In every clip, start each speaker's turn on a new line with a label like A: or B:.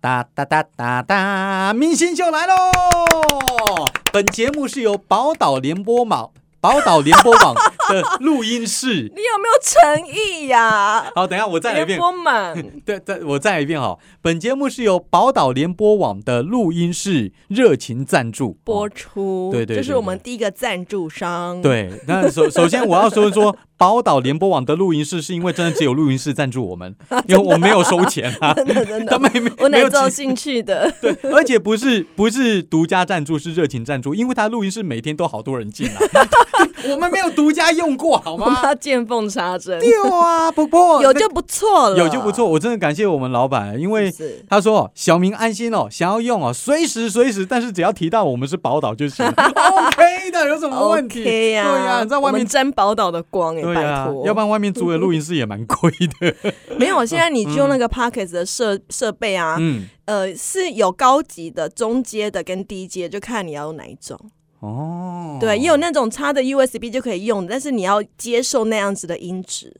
A: 哒哒哒哒哒，明星秀来喽！本节目是由宝岛联播网、宝岛联播网的录音室。
B: 你有没有诚意呀、
A: 好，等一下 我再来一
B: 联
A: 遍。
B: 播 满，
A: 对，再我再来一遍哈。本节目是由宝岛联播网的录音室热情赞助
B: 播出，
A: 哦对对对
B: 这是我们第一个赞助商。，
A: 对，那首首先我要说说宝岛联播网的录音室，是因为真的只有录音室赞助我 们，因为我没有收钱啊，
B: 真的 真
A: 他
B: 的，
A: 们也没
B: 我
A: 没
B: 哪
A: 有
B: 有
A: 其
B: 兴 趣的？
A: 对，而且不是不是独家赞助，是热情赞助，因为他录音室每天都好多人进啊 来，我们没有独家用过好
B: 我 们
A: 吗？
B: 要见缝插针，
A: 有啊，不过
B: 有就不错了，啊
A: 有就不错，我真的感谢我们老板，因为
B: 是。是
A: 他说：“小明安心哦，想要用哦，随时随时，但是只要提到我们是宝岛就 行了，OK 的，有什么问题
B: OK 呀、
A: 对呀、你在外
B: 我们
A: 面，
B: 沾宝岛的光哎、
A: 对呀、
B: 拜托，
A: 要不然外面租的录音室也蛮贵的。
B: 没有。现在你就用那个 Pockets 的设设备啊，
A: 嗯，
B: 呃，是有高级的、中阶的跟低阶，就看你要用哪一种。
A: 哦，
B: 对，也有那种插的 USB 就可以用，但是你要接受那样子的音质。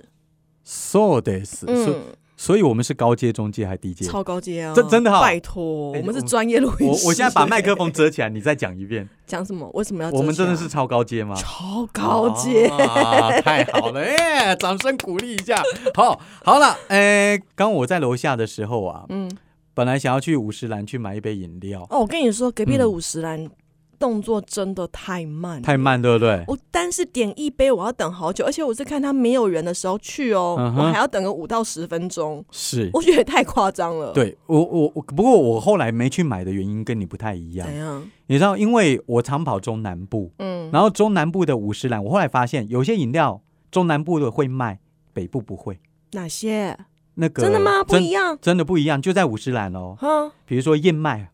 A: so this，、所
B: 嗯，
A: 所以我们是高阶、中阶还是低阶？
B: 超高阶啊！
A: 真真的啊
B: 拜托，
A: 哎
B: 我们是专业录音
A: 我
B: 师
A: 我现在把麦克风遮起来，你再讲一遍。
B: 讲什么？为什么 要遮起来？
A: 我们真的是超高阶吗？
B: 超高阶。
A: 啊，太好了，哎、掌声鼓励一下。好，好了，哎、刚我在楼下的时候啊，
B: 嗯，
A: 本来想要去五十岚去买一杯饮料，
B: 哦，我跟你说，隔壁的
A: 嗯
B: 五十岚动作真的太慢，
A: 太。慢，对不对？
B: 我单是点一杯，我要等好久，而且我是看他没有人的时候去哦，
A: 嗯哼
B: 我还要等个五到十分钟，
A: 是，
B: 我觉得也太夸张了。，
A: 对我我我，不过我后来没去买的原因跟你不太一样
B: 怎，样？
A: 你知道，因为我常跑中南部，
B: 嗯，
A: 然后中南部的五十岚，我后来发现有些饮料中南部的会卖，北部不会。
B: 哪些？
A: 那个
B: 真的吗？不一
A: 真
B: 样。
A: 真的不一样，就在五十岚哦。
B: 哈，
A: 比如说燕麦，啊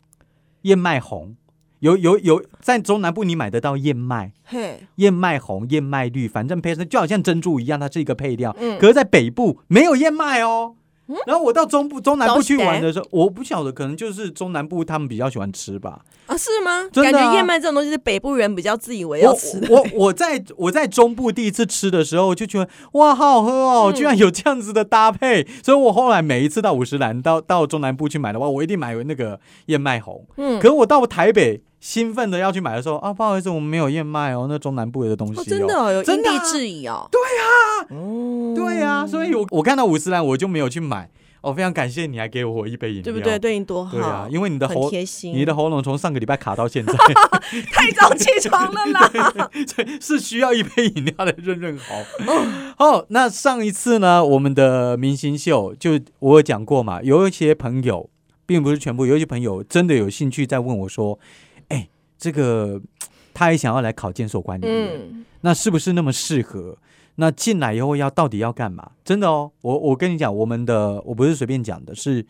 A: 燕麦红，有有有，在中南部你买得到燕麦，
B: 嘿，
A: 燕麦红、燕麦绿，反正配上就好像珍珠一样，它是一个配料。
B: 嗯
A: 可是在北部没有燕麦哦。然后我到中部、中南部
B: 都是
A: 去
B: 的
A: 玩的时候，我不晓得，可能就是中南部他们比较喜欢吃吧。
B: 啊，是吗？
A: 真的啊
B: 感觉燕麦这种东西是北部人比较自以为要吃的。
A: 我我我在我在中部第一次吃的时候，就觉得哇，好好喝哦，
B: 嗯
A: 居然有这样子的搭配。所以我后来每一次到五十岚、到到中南部去买的话，我一定买那个燕麦红。
B: 嗯，
A: 可我到台北兴奋的要去买的时候啊，不好意思，我们没有燕麦哦，那中南部的东西、哦
B: 哦，真的、哦、有
A: 真
B: 因
A: 的啊
B: 地制宜哦。对啊，哦，
A: 对呀、所以我我看到五十兰我就没有去买。哦，非常感谢你还给我一杯饮料，
B: 对不对？？对你多好，
A: 对啊，因为你的
B: 很
A: 喉，
B: 贴心。
A: 你的喉咙从上个礼拜卡到现在，
B: 太早起床了 啦。
A: 是需要一杯饮料来润润喉。哦，那上一次呢，我们的明星秀就我有讲过嘛，有一些朋友，并不是全部，有一些朋友真的有兴趣在问我说，哎，这个他也想要来考检所管理员，
B: 嗯，
A: 那是不是那么适合？那进来以后要到底要干嘛？真的哦，我我跟你讲，我们的我不是随便讲的，是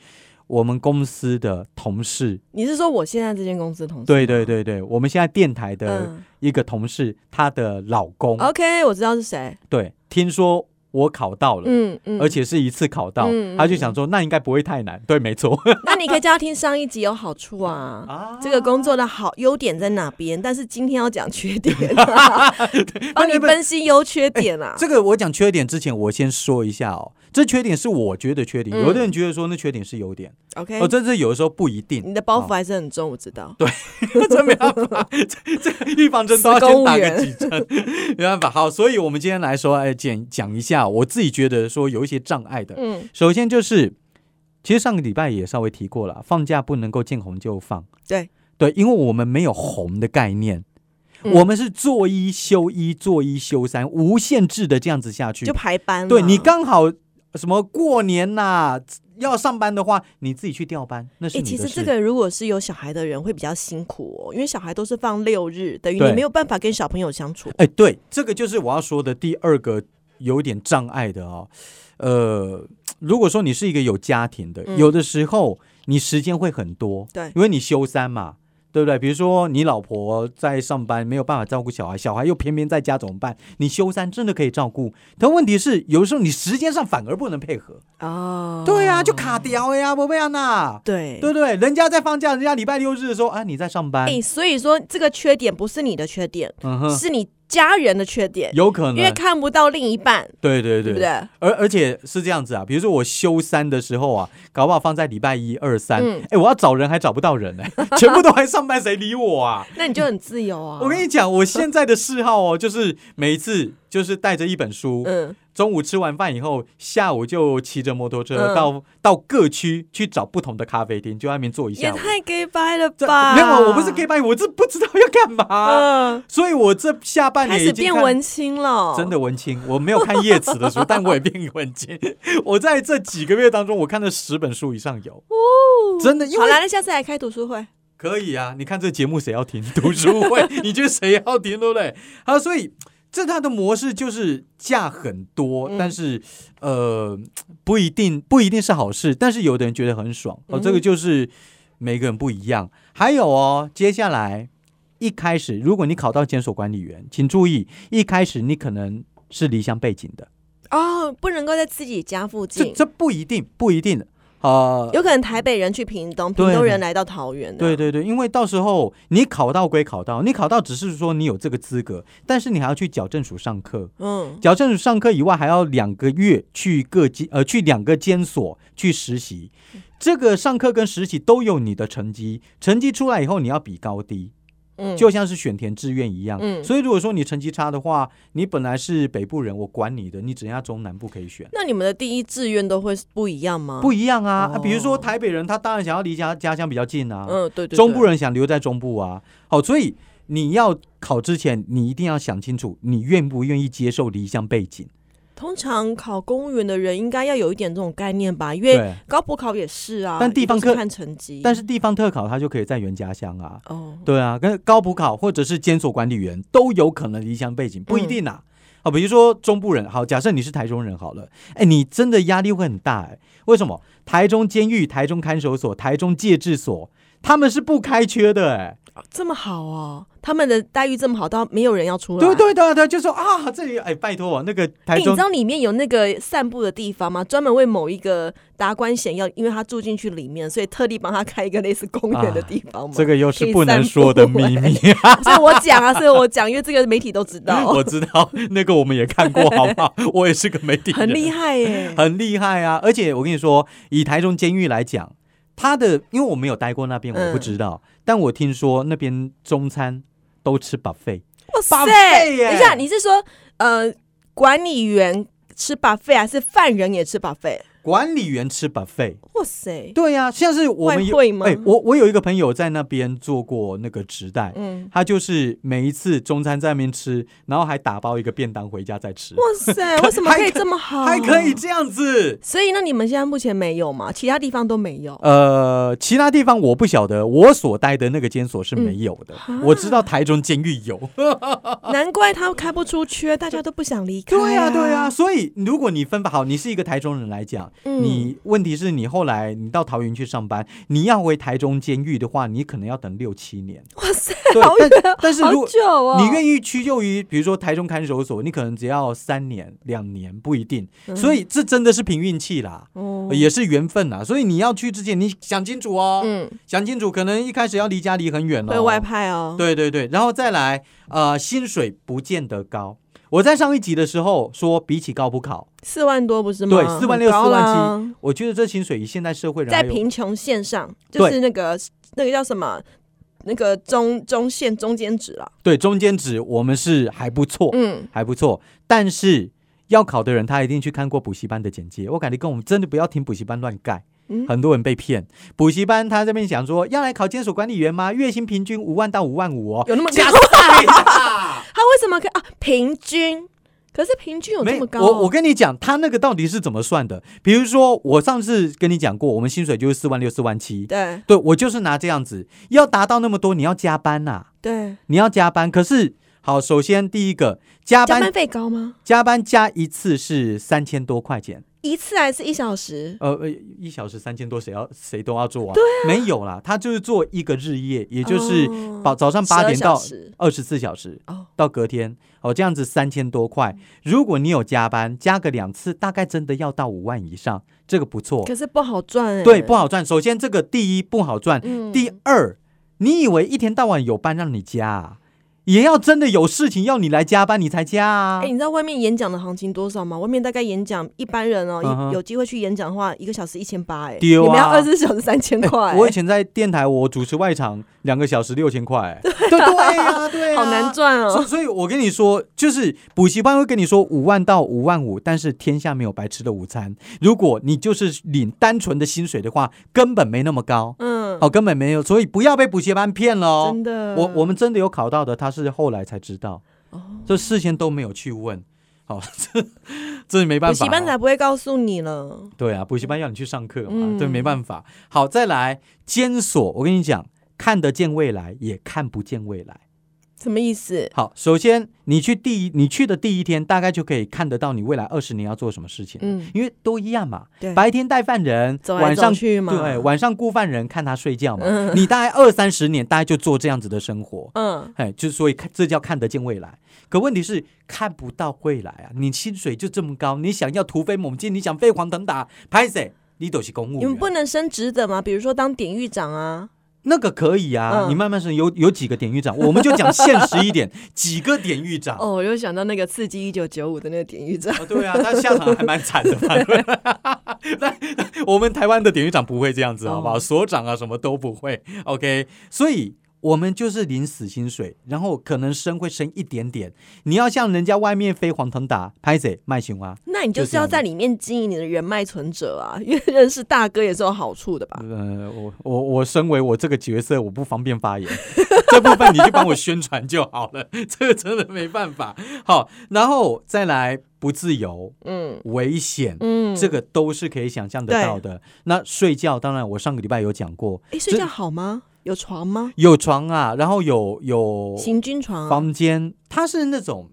A: 我们公司的同事，
B: 你是说我现在这间公司的同事？
A: 对对。对对，我们现在电台的
B: 嗯哦
A: 一个同事，她的老公，
B: ，OK，我知道是谁。
A: 对，听说我考到了。
B: 嗯嗯，
A: 而且是一次考到，
B: 嗯嗯嗯
A: 他就想说，那应该不会太难，对，没错
B: 那你可以叫他听上一集有好处 啊。
A: 啊
B: 这个工作的好优点在哪边？但是今天要讲缺点，啊 帮你
A: 不
B: 分析优缺点啊。
A: 这个我讲缺点之前，我先说一下哦，这缺点是我觉得缺点，
B: 嗯
A: 有的人觉得说那缺点是优点，
B: OK，
A: 哦，这哦是有的时候不一定。
B: 你的包
A: 哦
B: 袱还是很重，我知道。
A: 真没办法，这这预防针都要先打个几 针， 没办法。好，所以我们今天来说，哎，讲讲一下我自己觉得说有一些障碍的。
B: 嗯，
A: 首先就是，其实上个礼拜也稍微提过了，放假不能够见红就放。
B: 对
A: 对，因为我们没有红的概念，
B: 嗯
A: 我们是做一休一，做一休三，无限制的这样子下去
B: 就。排班嘛。
A: 对你刚好什么过年呐、要上班的话，你自己去调班，那是
B: 诶
A: 你的
B: 其
A: 事。
B: 实这个如果是有小孩的人会比较辛苦哦，因为小孩都是放六日，等于
A: 对
B: 你没有办法跟小朋友相处。
A: 哎，对，这个就是我要说的第二个有点障碍的哦。呃，如果说你是一个有家庭的，
B: 嗯
A: 有的时候你时间会很多，
B: 对
A: 因为你休三嘛，对不对？比如说你老婆在上班，没有办法照顾小孩，小孩又偏偏在家怎么办？你休三真的可以照顾，但问题是有的时候你时间上反而不能配合。
B: 哦，
A: 对啊，就卡掉了呀，不贝安呐，
B: 对哎
A: 对不对？人家在放假，人家礼拜六日的时候啊，你在上班，
B: 哎、所以说这个缺点不是你的缺点，
A: 嗯哼，
B: 是你家人的缺点，
A: 有可能
B: 因为看不到另一半，
A: 对对
B: 对
A: 对
B: 不对？
A: 而而且是这样子啊，比如说我休三的时候啊，搞不好放在礼拜一、二、三，
B: 嗯
A: 哎，我要找人还找不到人呢、 全部都还上班，谁理我啊？
B: 那你就很自由啊。
A: 我跟你讲，我现在的嗜好哦，就是每一次就是带着一本书，
B: 嗯，
A: 中午吃完饭以后，下午就骑着摩托车
B: 嗯
A: 到、到各区去找不同的咖啡厅，就在那边坐一
B: 也
A: 下午。
B: 太 gay bye 了
A: 这
B: 吧？
A: 没有，我不是 gay 拜，我这不知道要干嘛。
B: 嗯，
A: 所以我这下半
B: 开
A: 年已
B: 始
A: 经
B: 变
A: 看
B: 文青了，
A: 真的文青，我没有看叶慈的书，但我也变文青。我在这几个月当中，我看了十本书以上有，
B: 哦
A: 真的因为
B: 好啦，那下次来开读书会，
A: 可以啊。你看这节目谁要听读书 会？你觉得谁要听，对不对？啊，所以这它的模式就是价很多，
B: 嗯
A: 但是呃不一定不一定是好事，但是有的人觉得很爽哦，这个
B: 嗯
A: 就是每个人不一样。还有哦，接下来。一开始，如果你考到监所管理员，请注意，一开始你可能是离乡背景的，
B: 哦，不能够在自己家附
A: 这
B: 近，
A: 这不一定，不一定啊、呃
B: 有可能台北人去屏东，
A: 对
B: 屏东人来到桃园，
A: 对，对对，因为到时候你考到归考到，你考到只是说你有这个资格，但是你还要去矫正署上课。
B: 嗯，
A: 矫正署上课以外，还要两个月去各监呃去两个监所去实习。这个上课跟实习都有你的成绩，成绩出来以后你要比高低，
B: 嗯，
A: 就像是选填志愿一样。
B: 嗯
A: 所以如果说你成绩差的话，你本来是北部人，我管你的，你只剩下中南部可以选。
B: 那你们的第一志愿都会不一样吗？
A: 不，一样啊，啊比如说
B: 哦
A: 台北人，他当然想要离家家乡比较近啊，
B: 嗯，对对，对
A: 中部，人想留在中部啊，好，所以你要考之前，你一定要想清楚，你愿不愿意接受离乡背景？
B: 通常考公务员的人应该要有一点这种概念吧，因为
A: 对，
B: 高普考也是啊，
A: 但地方
B: 也都是
A: 课
B: 看成绩，
A: 但是地方特考他就可以在原家乡啊，
B: 哦，
A: 对啊，跟高普考或者是监所管理员都有可能离乡背
B: 嗯
A: 景，不一定啊。好，比如说中部人，好，假设你是台中人好了，哎，你真的压力会很大哎、为什么？台中监狱、台中看守所、台中戒治所，他们是不开缺的哎、
B: 这么好哦，他们的待遇这么好，到没有人要出来，
A: 对对对对，就说啊，这里哎，拜托我那个
B: 哎、
A: 台
B: 你
A: 中
B: 知道里面有那个散步的地方吗？专门为某一个达官显要，因为他住进去里面，所以特地帮他开一个类似公园的地方嘛。
A: 这个又
B: 可
A: 是
B: 以
A: 不能
B: 散
A: 说的
B: 步
A: 秘
B: 欸
A: 密。
B: 所以我讲啊，所以我讲，因为这个媒体都知 道，
A: 我知道那个我们也看过，好不好？我也是个媒体人，
B: 很厉害耶、
A: 很厉害啊！而且我跟你说，以台中监狱来讲，它的因为我没有待过那边，
B: 嗯
A: 我不知道，但我听说那边中餐都吃 buffet，
B: 哇塞！
A: buffet 耶
B: 等一下，你是说呃，管理员吃 buffet 还是犯人也吃 buffet？
A: 管理员吃 buffet。
B: 哇塞，
A: 对呀、像是我
B: 外
A: 们有
B: 汇吗？
A: 哎，我我有一个朋友在那边做过那个职代。
B: 嗯，
A: 他就是每一次中餐在那边吃，然后还打包一个便当回家再吃，
B: 哇 塞，为什么可以这么好？
A: 还可以。这样子。
B: 所以那你们现在目前没有嘛？其他地方都没有。
A: 呃，其他地方我不晓得，我所待的那个监所是没有的。
B: 嗯
A: 我知道台中监狱 有。
B: 难怪他开不出缺，大家都不想离开、
A: 哦
B: 啊
A: 对呀、
B: 呀、
A: 对啊呀、所以如果你分法好，你是一个台中人来讲，
B: 嗯
A: 你问题是你后来你到桃园去上班，你要回台中监狱的话，你可能要等六七年。
B: 哇塞，
A: 对
B: 好远，
A: 但但是如
B: 好
A: 果
B: 久哦。
A: 你愿
B: 意，
A: 意屈就于，比如说台中看守所，你可能只要三年、两年不一定，所以这真的是凭运气啦，
B: 嗯哦
A: 也是缘分啦。所以你要去之前，你想清楚哦，
B: 嗯，
A: 想清楚，可能一开始要离家离很远哦，
B: 会外派哦。，
A: 对对对，然后再来，呃，薪水不见得高。我在上一集的时候说，比起高普考，
B: 四万多不是吗？
A: 对4万六
B: 很高啦，
A: 我觉得这薪水以现代社会人
B: 在
A: 还有
B: 贫穷线上，就是那个那个叫什么？那个中中线中间值啦，
A: 对中间值，我们是还不错，
B: 嗯，
A: 还不错。但是要考的人，他一定去看过补习班的简介。我感觉跟我们真的不要听补习班乱盖
B: 嗯。
A: 很多人被骗，补习班他这边想说要来考监所管理员吗？月薪平均五万到五万五哦，
B: 有那么高
A: 加？赛啦
B: 他为什么可以啊？平均，可是平均有这
A: 没
B: 么高哦、
A: 我我跟你讲，他那个到底是怎么算的？比如说，我上次跟你讲过，我们薪水就是四万六、四万七，
B: 对
A: 对我就是拿这样子，要达到那么多，你要加班呐、
B: 对，
A: 你要加班。可是好，首先第一个加
B: 加
A: 班
B: 班费高吗？
A: 加班加一次是三千多块钱，
B: 一次还是一小时？
A: 呃呃，一小时三千多，谁要谁都要做啊？对没有啦，他就是做一个日夜，也就是
B: 哦
A: 早早上八点到
B: 12小时
A: 二十四小时
B: 哦，嗯
A: 到隔天哦，这样子三千多块。如果你有加班，加个两次，大概真的要到五万以上，这个不错。
B: 可是不好赚哎、
A: 对，不好赚。首先，这个第一不好赚，
B: 嗯
A: 第二，你以为一天到晚有班让你加、啊？也要真的有事情要你来加班，你才加啊。
B: 哎、你知道外面演讲的行情多少吗？外面大概演讲一般人哦、
A: 嗯哼
B: 有有机会去演讲的话，一个小时一千八，哎，
A: 丢啊
B: 你们要二十四小时三千
A: 哎
B: 块、欸
A: 我以前在电台，我主持外场，两个小时六千块、哎对对呀、对、啊，
B: 好难赚
A: 所以
B: 哦。
A: 所以，我跟你说，就是补习班会跟你说五万到五万五，但是天下没有白吃的午餐。如果你就是领单纯的薪水的话，根本没那么高，
B: 嗯，
A: 哦，根本没有。所以不要被补习班骗了哦。
B: 真的。
A: 我我们真的有考到的，他是后来才知道，
B: 哦
A: 这事先都没有去问。好、 这这没办
B: 补
A: 法、啊
B: 习班才不会告诉你了。
A: 对啊，补习班要你去上课嘛，
B: 嗯
A: 对，没办法。好，再来监所，我跟你讲，看得见未来，也看不见未来。
B: 什么意思？
A: 好，首先你去第一，你去的第一天，大概就可以看得到你未来二十年要做什么事情，
B: 嗯，
A: 因为都一样嘛。
B: 对，
A: 白天带犯人，
B: 走来
A: 晚
B: 走
A: 上
B: 去嘛。
A: 对，晚上雇犯人看他睡觉嘛。
B: 嗯
A: 你大概二三十年，大概就做这样子的生活。
B: 嗯，
A: 哎，就所以看这叫看得见未来，可问题是看不到未来啊！你薪水就这么高，你想要突飞猛进，你想飞黄腾达，拍谁？你都是公务
B: 你们
A: 员，
B: 不能升职的吗？比如说当典狱长啊。
A: 那个可以啊，
B: 嗯
A: 你慢慢升，有有几个典狱长，我们就讲现实一 点，几个典狱长，
B: 哦，我又想到那个《刺激一九九五》的那个典狱长。
A: 哦，对啊，他下场还蛮惨的嘛。 但我们台湾的典狱长不会这样子，好不好？
B: 哦
A: 所长啊，什么都不会。OK，所以我们就是领死薪水，然后可能升会升一点点。你要像人家外面飞黄腾达，拍谁卖熊啊？
B: 那你
A: 就
B: 就是
A: 这
B: 要
A: 样
B: 在里面经营你的人脉存折啊， 因为认识大哥也是有好处的吧？
A: 呃，我我我身为我这个角色，我不方便发言， 这部分你就帮我宣传就好了。这个真的没办法。好，然后再来不自由、
B: 嗯
A: 危险，
B: 嗯，
A: 这个都是可以想象得到的。那睡觉，当然我上个礼拜有讲过，
B: 哎，睡觉好吗？有床吗？
A: 有床啊，然后有有
B: 行军床啊、
A: 房间，它是那种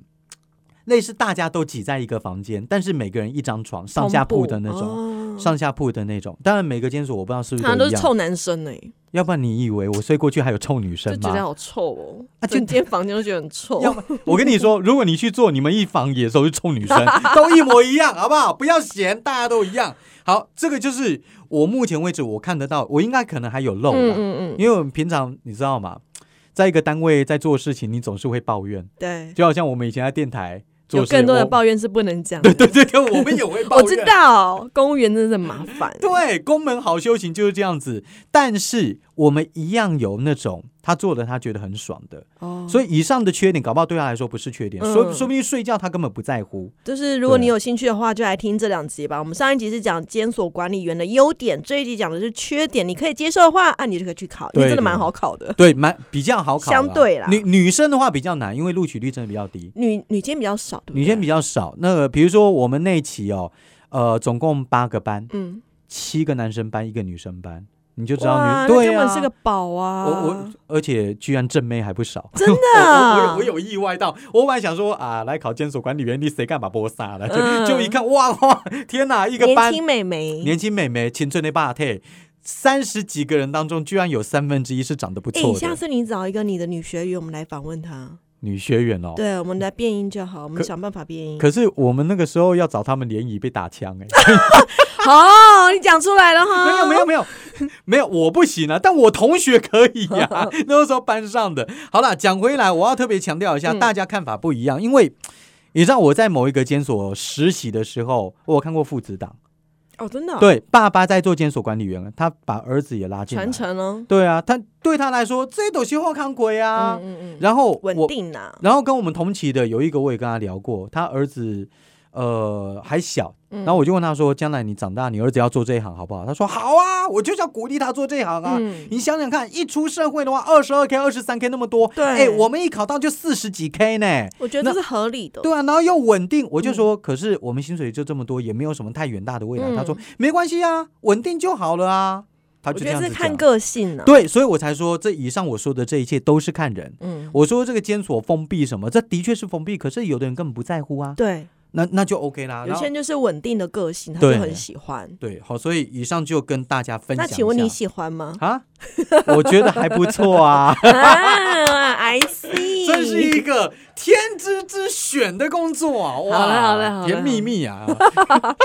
A: 类似大家都挤在一个房间，但是每个人一张床，上下铺的那种。
B: 种
A: 上下铺的那种，当然每个监所我不知道是不
B: 好
A: 是
B: 像
A: 都
B: 哦
A: 一
B: 都是
A: 样，
B: 臭男生哎、
A: 要不然你以为我睡过去还有臭女
B: 就
A: 生
B: 觉得
A: 吗？
B: 好臭哦，
A: 啊就
B: 整间房间都觉得很臭。嗯
A: 要不我跟你说，如果你去做，你们一房也都是臭女生， 都一模一样，好不好？不要嫌大家都一样。好，这个就是我目前为止我看得到，我应该可能还有漏啦，
B: 嗯嗯嗯，
A: 啊因为我们平常你知道吗，在一个单位在做事情，你总是会抱怨，
B: 对，
A: 就好像我们以前在电台做
B: 有
A: 事，
B: 更多的
A: 我
B: 抱怨是不能讲
A: 对
B: 的。
A: 对对对，我们也会抱
B: 我
A: 怨。
B: 知道，公务员真的很麻烦。
A: 对，宫门好修行就是这样子，但是我们一样有那种他做了他觉得很爽的，
B: 哦，
A: 所以以上的缺点搞不好对他来说不是缺点，
B: 嗯
A: 说说不定睡觉他根本不在乎。
B: 就是如果
A: 对
B: 你有兴趣的话，就来听这两集吧。我们上一集是讲监所管理员的优点，这一集讲的是缺点。你可以接受的话，啊，你就可以去考，因
A: 对
B: 为真的
A: 对
B: 蛮好考的。
A: 对，蛮比较好考啦，
B: 相对啦
A: 女女生的话比较难，因为录取率真的比较低，
B: 女女监比较少，对不对？啊
A: 女生比较少。那个比如说我们那一期哦，呃，总共八个班，
B: 嗯，
A: 七个男生班，一个女生班，你就知道
B: 哇，
A: 女
B: 那
A: 对
B: 根
A: 啊，
B: 本是个宝啊！
A: 我我而且居然正妹还不少，
B: 真的
A: 我我
B: 啊
A: 有我有意外到，我本来想说啊，来考监所管理员，你谁干把波杀了？就、
B: 嗯
A: 就一看，哇哇，天哪，一个
B: 年
A: 班
B: 轻美眉，
A: 年轻美眉，青春的霸体，三十几个人当中，居然有三分之一是长得不
B: 哎、
A: 错的、
B: 下次你找一个你的女学员，我们来访问她。
A: 女学员哦。
B: 对，我们来变音就好，我们
A: 可
B: 想办法变音。
A: 可是我们那个时候要找他们联谊被打枪哎、
B: 哦，你讲出来了哈。
A: 没有没有 没有没有，我不行啊，但我同学可以呀、 那个时候班上的，好啦，讲回来，我要特别强调一下，
B: 嗯
A: 大家看法不一样，因为你知道我在某一个监所实习的时候，我有看过父子档，
B: 哦，真的、，
A: 对，爸爸在做监所管理员，他把儿子也拉进来
B: 传，承哦。
A: 对啊，他对他来说这都是后看鬼啊。
B: 嗯嗯嗯，
A: 然后
B: 稳
A: 我，
B: 定呐、
A: 然后跟我们同期的有一个，我也跟他聊过，他儿子。呃，还小，
B: 嗯
A: 然后我就问他说：“将来你长大，你儿子要做这一行好不好？”他说：“好啊，我就是要鼓励他做这一行啊。
B: 嗯
A: 你想想看，一出社会的话，二十二 k、二十三 k 那么多，
B: 对
A: 哎、我们一考到就四十几 k 呢。
B: 我觉得这是合理的。
A: 对啊，然后又稳定，我就说，可是我们薪水就这么多，也没有什么太远大的未来。
B: 嗯
A: 他说没关系啊，稳定就好了啊。他
B: 我
A: 就这
B: 觉
A: 样
B: 得
A: 子
B: 是看
A: 讲
B: 个性呢、啊。，
A: 对，所以我才说这以上我说的这一切都是看人。
B: 嗯，
A: 我说这个监所封闭什么，这的确是封闭，可是有的人根本不在乎啊，
B: 对，
A: 那那就 OK 啦。
B: 有
A: 然后
B: 些人就是稳定的个性，他就
A: 对
B: 很喜欢。
A: 对，好，所以以上就跟大家分享
B: 那
A: 一下。？
B: 请问你喜欢吗
A: 啊？ 我觉得还不错啊，
B: 啊，I see，
A: 这是一个天之之选的工作啊！哇，
B: 好了好了好了
A: 甜蜜蜜啊！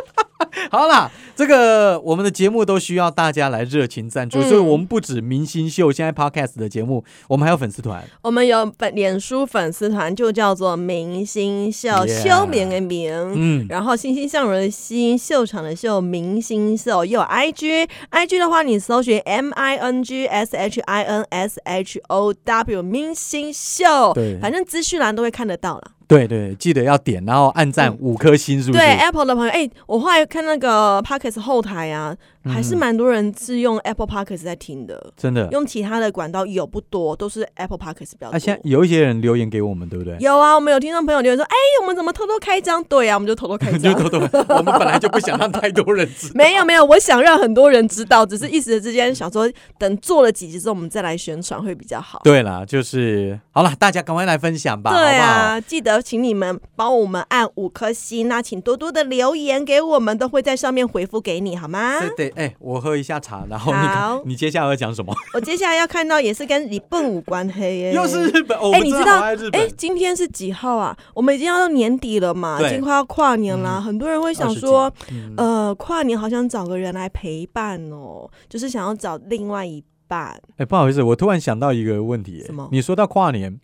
A: 好啦，这个我们的节目都需要大家来热情赞助，
B: 嗯
A: 所以我们不止明星秀，现在 podcast 的节目，我们还有粉丝团。
B: 我们有本脸书粉丝团，就叫做“明星秀
A: Yeah
B: 秀明的明”，
A: 嗯，
B: 然后欣欣向荣的欣，秀场的秀，明星秀也有 IG，IG 的话你搜寻 M I N G S H I N S H O W 明星秀，
A: 对
B: 哦反正资讯栏都会看得到了。
A: 对对，记得要点，然后按赞
B: 嗯
A: 五颗星，是不是？
B: 对 Apple 的朋友，哎、我后来看那个 Pockets 后台啊，
A: 嗯
B: 还是蛮多人是用 Apple Pockets 在听的，
A: 真的。
B: 用其他的管道有不多，都是 Apple Pockets 比较多。
A: 啊，现在有一些人留言给我们，对不对？
B: 有啊，我们有听众朋友留言说，哎、我们怎么偷偷开张？对啊，我们就偷偷开
A: 就
B: 张。
A: 都都， 我们本来就不想让太多人知道。
B: 没有没有，我想让很多人知道，只是一时之间想说，等做了几集之后，我们再来宣传会比较好。
A: 对啦，就是好啦，大家赶快来分享吧，
B: 对
A: 好不好？
B: 啊，记得请你们帮我们按五颗星，那请多多的留言给我们，都会在上面回复给你，好吗？
A: 对对，哎，我喝一下茶，然后
B: 好
A: 你你接下来要讲什么？
B: 我接下来要看到也是跟日本无关黑耶，
A: 又是日本，哦我
B: 哎、
A: 们
B: 你
A: 真
B: 知
A: 的
B: 道
A: 好爱日
B: 哎、
A: 本，
B: 今天是几号啊？我们已经要到年底了嘛，已
A: 对
B: 经快要跨年啦。很多人会想说，
A: 20几，嗯
B: 呃，跨年好想找个人来陪伴哦，就是想要找另外一半。
A: 哎，不好意思，我突然想到一个问题，哎
B: 什么
A: 你说到跨年，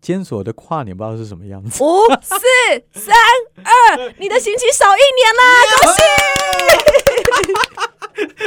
A: 监所的跨年不知道是什么样 子，
B: 五、四、三、二，你的刑期少一年啦！
A: 恭喜！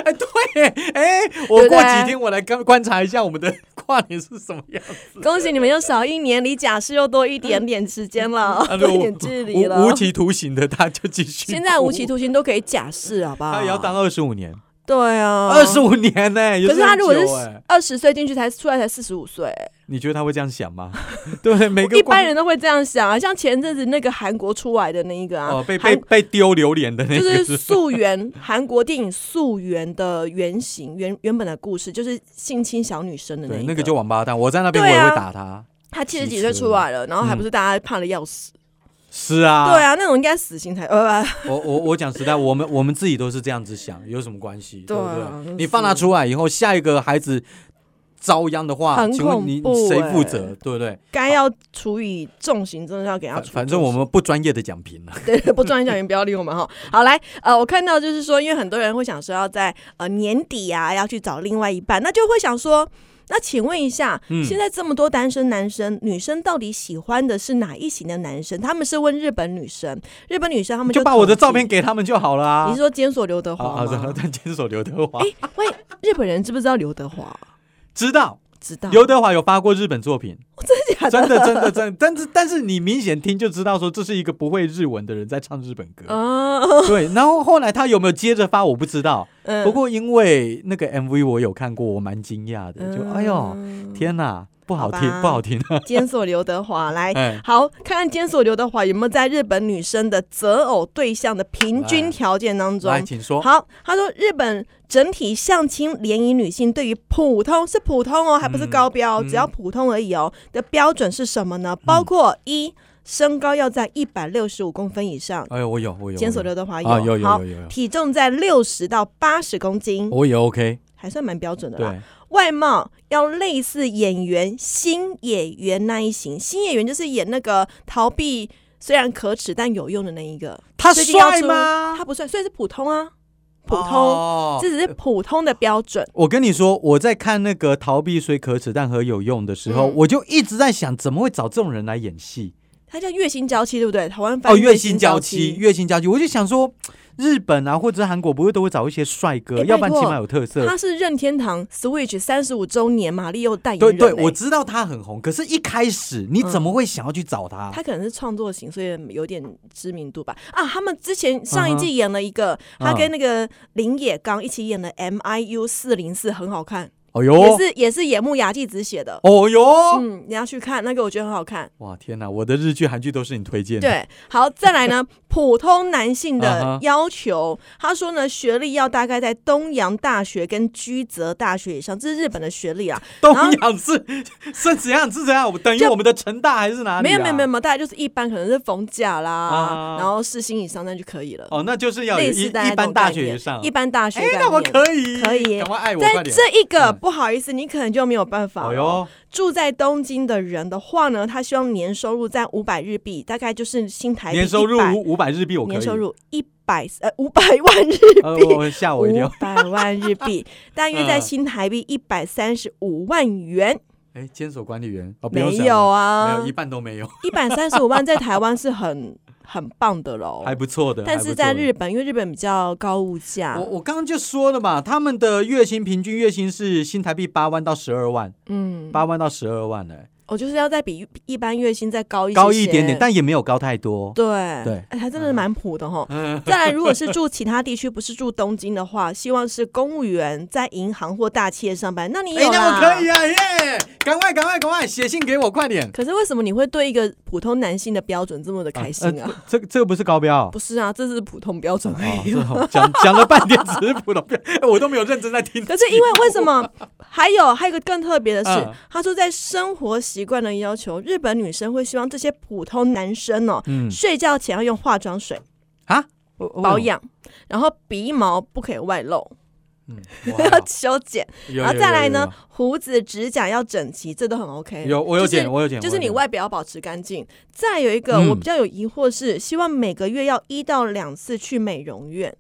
A: 哎，对， 哎，我
B: 对不
A: 过
B: 对
A: 几天我来观观察一下我们的跨年是什么样 子。
B: 恭喜你们又少一年，离假释又多一点点时间了，
A: 啊
B: 多
A: 对
B: 一
A: 我
B: 点距离
A: 无
B: 了
A: 无。期徒刑的他就继续哭，
B: 现在无期徒刑都可以假释，好不好？
A: 他也要当二十五年，
B: 对啊，
A: 二十五年呢，也
B: 可是他
A: 很
B: 如果
A: 久
B: 是
A: 哎
B: 二十岁进去才出来才四十五岁，
A: 你觉得他会这样想吗？ 对不对？每个
B: 一
A: 关
B: 般人都会这样想啊。像前阵子那个韩国出来的那一个啊，
A: 哦，被
B: 韩
A: 被被丢榴莲的那
B: 就
A: 个
B: 是溯源韩国电影《溯源》的原型原原本的故事，就是性侵小女生的那一
A: 对，
B: 个。
A: 那个就王八蛋，我在那边我
B: 对
A: 也
B: 啊
A: 会打他。
B: 他七十几岁出来了，然后还不是大家怕的要死？
A: 是啊，
B: 对，啊，那种应该死刑才呃不
A: 我我我讲实在，我们我们自己都是这样子想，有什么关系？对
B: 对啊
A: 不
B: 是
A: 对？你放他出来以后，下一个孩子遭殃的话，
B: 很
A: 请问你
B: 恐怖
A: 谁
B: 欸
A: 负责？对不对？
B: 该要处以重刑，真的要给他
A: 反
B: 处。
A: 反正我们不专业的讲评了。
B: 对不专业讲员不要理我们哈。好，来，呃，我看到就是说，因为很多人会想说要在呃年底啊要去找另外一半，那就会想说，那请问一下，
A: 嗯
B: 现在这么多单身男生，女生到底喜欢的是哪一型的男生？他们是问日本女生，日本女生他们
A: 你就把
B: 统
A: 我的照
B: 计
A: 片。给他们就好了啊。
B: 你是说监所刘德
A: 好好
B: 华吗
A: 的，？但坚守刘德华
B: 哎、，喂，日本人知不知道刘德华？
A: 知道
B: 知道，
A: 刘德华有发过日本作品，
B: 真假
A: 真的真的真的，但是但是你明显听就知道说这是一个不会日文的人在唱日本歌。
B: 啊，
A: 对，然后后来他有没有接着发我不知道，
B: 嗯
A: 不过因为那个 MV 我有看过，我蛮惊讶的，就哎呦，
B: 嗯
A: 天哪，不好听
B: 好吧，
A: 不好听，
B: 监所刘德华 来
A: 哎，
B: 好，看看监所刘德华有没有在日本女生的择偶对象的平均条件当中
A: 来，。请说，
B: 好，他说日本整体相亲联谊女性对于普通是普通哦，还不是高标，
A: 嗯
B: 只要普通而已哦的标准是什么呢？包括一、身高要在一百六十五公分以上，
A: 哎呦，我有我有，
B: 监所
A: 我有
B: 刘德华
A: 啊，有有
B: 哎好
A: 有，有有，
B: 体重在六十到八十公斤，
A: 我也 OK，
B: 还算蛮标准的啦。
A: 对，
B: 外貌要类似演员新演员那一型，新演员就是演那个逃避虽然可耻但有用的那一个。
A: 他
B: 最近要
A: 帅
B: 出
A: 吗？
B: 他不算，所以是普通啊，普通，
A: 哦
B: 这只是普通的标准。
A: 我跟你说，我在看那个《逃避虽可耻但很有用》的时候，
B: 嗯
A: 我就一直在想，怎么会找这种人来演戏？
B: 他叫月薪娇妻，对不对？台湾翻
A: 哦，
B: 译
A: 月薪娇妻，
B: 妻。
A: 月薪娇妻，我就想说，日本啊或者是韩国不会都会找一些帅哥，
B: 哎
A: 要不然
B: 拜
A: 起
B: 托
A: 码有特色。
B: 他是任天堂 Switch 三十五周年马里奥代言
A: 对
B: 人、
A: 对，
B: 欸嗯
A: 我知道他很红，可是一开始你怎么会想要去找他？
B: 他可能是创作型，所以有点知名度吧。啊，他们之前上一季演了一个，
A: 嗯哼
B: 他跟那个林野刚一起演的《M I U 四零四》，很好看，
A: 哦
B: 也
A: 哟，
B: 是也是野木雅纪子写的。
A: 哦哟，
B: 嗯，你要去看那个，我觉得很好看。
A: 哇天哪，我的日剧、韩剧都是你推荐 的。
B: 对，好，再来 呢，普通男性的
A: 啊哈
B: 要求，他说呢，学历要大概在东洋大学跟居泽大学以上，这是日本的学历啊。
A: 东
B: 然后
A: 洋是 是怎样是怎样？等于
B: 就
A: 我们的成大还是哪里、啊？
B: 没有没有没有没有，大概就是一般可能是逢甲啦，
A: 啊
B: 然后世新以上那就可以了。
A: 哦，那就是要有
B: 类
A: 一
B: 似大家
A: 一般大学以上。
B: 一般大学
A: 哎、
B: 概念。
A: 那我可以，
B: 可以
A: 赶快爱我，
B: 在
A: 快点。
B: 这一个
A: 嗯
B: 不好意思，你可能就没有办法
A: 哎
B: 了哦。
A: 呦，
B: 住在东京的人的话呢，他希望年收入在五百日币，大概就是新台币
A: 年收入
B: 100
A: 五五百日币，我可以。
B: 年收入一百呃五百万日
A: 呃，
B: 币，
A: 我我吓我一
B: 五
A: 跳。
B: 百万日 币，大约在新台币一百三十五万元。
A: 哎，监所管理员哦，不用
B: 没
A: 想
B: 有
A: 了，
B: 啊
A: 没有，一半都没有，
B: 一百三十五万在台湾是很 很棒的喽。
A: 还不错的。还
B: 但
A: 不
B: 是
A: 错
B: 在
A: 的
B: 日啊本，因为日本比较高物价
A: 我，我刚刚就说了嘛，他们的月薪平均月薪是新台币八万到十二万，
B: 嗯，
A: 八万到十二万呢、
B: 我就是要再比一般月薪再高一些
A: 高一点点，
B: 些
A: 但也没有高太多。
B: 对
A: 对嗯
B: 哎还真的是蛮普的哈。 再来，如果是住其他地区，不是住东京的话，希望是公务员在银行或大企业上班，那你
A: 哎、
B: 有
A: 那
B: 啦
A: 我可以啊，耶！赶快，赶快，赶快写信给我，快点！
B: 可是为什么你会对一个普通男性的标准这么的开心啊？
A: 呃这这个不是高标。
B: 不是啊，这是普通标准而
A: 哦
B: 已。
A: 是哦讲讲了半天只是普通标，哎我都没有认真在听。
B: 可是因为为什么？还有还有一个更特别的是，
A: 嗯
B: 他说在生活习惯的要求，日本女生会希望这些普通男生哦，
A: 嗯
B: 睡觉前要用化妆水
A: 啊，
B: 保养，然后鼻毛不可以外露，
A: 嗯，
B: 要修剪，
A: 然
B: 然后再来呢，胡子、指甲要整齐，这都很 OK。
A: 有我有
B: 就是
A: 剪，我有剪，
B: 就是
A: 我有
B: 你
A: 剪
B: 外表要保持干净。再有一个，
A: 嗯
B: 我比较有疑惑是，希望每个月要一到两次去美容院。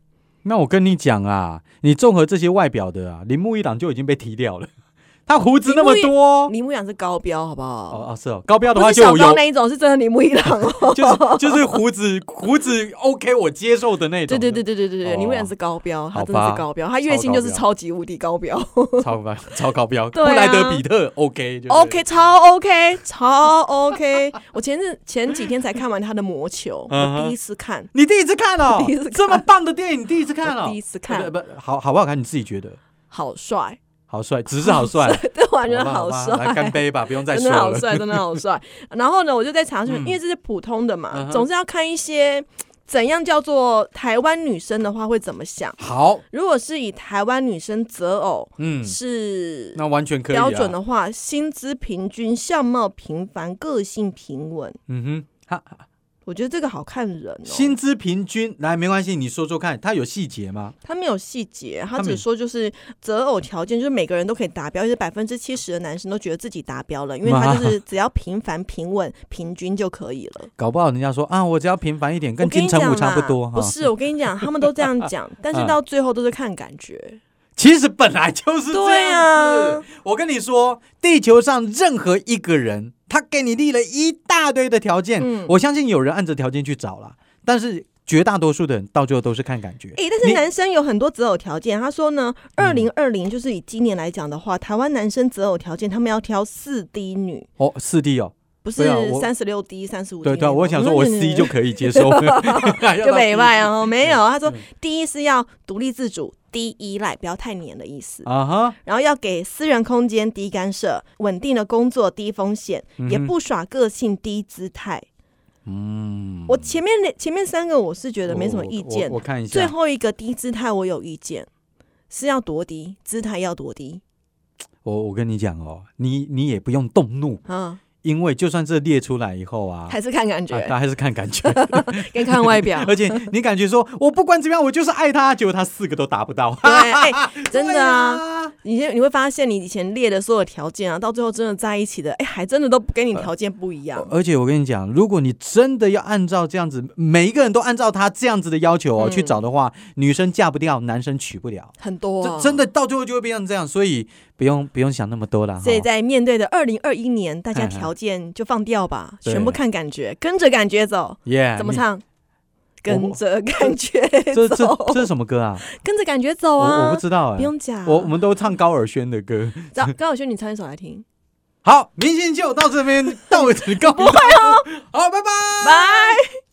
A: 那我跟你讲啊，你综合这些外表的啊，铃木一朗就已经被踢掉了。 他胡子那么
B: 铃木
A: 多，
B: 铃木一朗是高标，好不好？
A: 哦哦是哦，高标的
B: 不
A: 话
B: 是
A: 就
B: 小
A: 有，。
B: 高那一种，是真的铃木一朗 哦
A: 就是就是胡子胡子 OK 我接受的那种，
B: 对对对，对对对对，
A: 哦
B: 铃木一朗是高标，他
A: 好
B: 真的
A: 吧
B: 是高标，他月薪就是
A: 超高标
B: 超级无敌高标。
A: 超高超高标，布
B: 对啊
A: 莱德比特 OK 就是
B: OK，超 OK，超 OK。我前日前几天才看完他的《魔球》，
A: 嗯哼
B: 我第一次看，
A: 你第一次看哦，
B: 第一次看
A: 这么棒的电影，你第一次看哦，
B: 我第一次看
A: 不不好好不好看你自己觉得，
B: 好帅，
A: 好帅，只是好帅，
B: 对，我觉得
A: 吧
B: 好
A: 吧
B: 帅，
A: 来干杯吧，不用再
B: 真
A: 说
B: 的好
A: 了，
B: 帅，真的好帅。然后呢，我就在查询，
A: 嗯
B: 因为这是普通的嘛，
A: 嗯哼
B: 总是要看一些怎样叫做台湾女生的话会怎么想。
A: 好，
B: 如果是以台湾女生择偶
A: 嗯，
B: 是
A: 那完全可以啊
B: 标准，的哦话，薪资平均，相貌平凡，个性平稳。
A: 嗯哼，哈
B: 我觉得这个好看人哦，
A: 薪资平均来没关系，你说说看，它有细节吗？
B: 他没有细节，他
A: 他没
B: 只说就是择偶条件，就是每个人都可以达标，就是百分之七十的男生都觉得自己达标了，因为 他就是只要平凡、平稳、平均就可以了。
A: 搞不好人家说啊，我只要平凡一点，跟
B: 我跟
A: 金
B: 你
A: 城
B: 讲
A: 武
B: 啦
A: 差不多哈嗯
B: 不。是，我跟你讲，他们都 这样讲，但是到最后都是看感觉。
A: 其实本来就是这
B: 对
A: 样
B: 啊
A: 子。，我跟你说，地球上任何一个人，他给你立了一大堆的条件，
B: 嗯
A: 我相信有人按着条件去找啦，但是绝大多数的人到最后都是看感觉。
B: 诶、但是
A: 你
B: 男生有很多择偶条件。他说呢，
A: 嗯
B: 二零二零就是以今年来讲的话，台湾男生择偶条件，他们要挑四 D 女，
A: 哦，四 D 哦，
B: 不是
A: 对啊我
B: 三十六 D、三十五 D
A: 对
B: 那种。嗯
A: 对，啊我想说我 C 就可以接受，
B: 就没
A: 办
B: 办 啊，哦没有。他说
A: 嗯
B: 第一是要独立自主。低依赖，不要太黏的意思。
A: 啊哈，
B: 然后要给私人空间，低干涉，稳定的工作，低风险，
A: 嗯哼
B: 也不耍个性，低姿态。
A: 嗯，
B: 我前面那前面三个我是觉得没什么意见
A: 我我我，看一
B: 最
A: 下，
B: 后一个低姿态我有意见，是要多低，姿态要多低
A: 我我跟你讲哦，你你也不用动怒，
B: 啊，
A: 因为就算这列出来以后啊，
B: 还是看感觉，
A: 啊他还是看感 觉。
B: 跟看外表。
A: 而且你感觉说，我不管怎么样，我就是爱他，结果他四个都达不到。
B: 对，哎、真
A: 对
B: 的啊，
A: 啊，
B: 你现你会发现你以前列的所有条件啊，到最后真的在一起的，哎、还真的都
A: 呃
B: 跟你条件不一样。
A: 而且我跟你讲，如果你真的要按照这样子，每一个人都按照他这样子的要求哦、
B: 嗯
A: 去找的话，女生嫁不掉，男生娶不了，
B: 很多、
A: 这
B: 啊，
A: 真的到最后就会变成这样，所以不用不用想那么多了哈。
B: 所以在面对的二零二一年，大家
A: 嗯嗯
B: 条件就放掉吧，
A: 对
B: 全部看感觉，跟着感觉走。
A: 耶，
B: 怎么
A: 你？
B: 唱？跟着感觉
A: 这这
B: 走，
A: 这是什么歌啊？
B: 跟着感觉
A: 我
B: 走
A: 我
B: 啊
A: 不！知道哎、
B: 不用讲，
A: 我我们都唱高尔宣的歌。
B: 张高晓轩，你唱一首来听。
A: 好，明星秀到这边到此告一段落，好，拜拜，
B: 拜。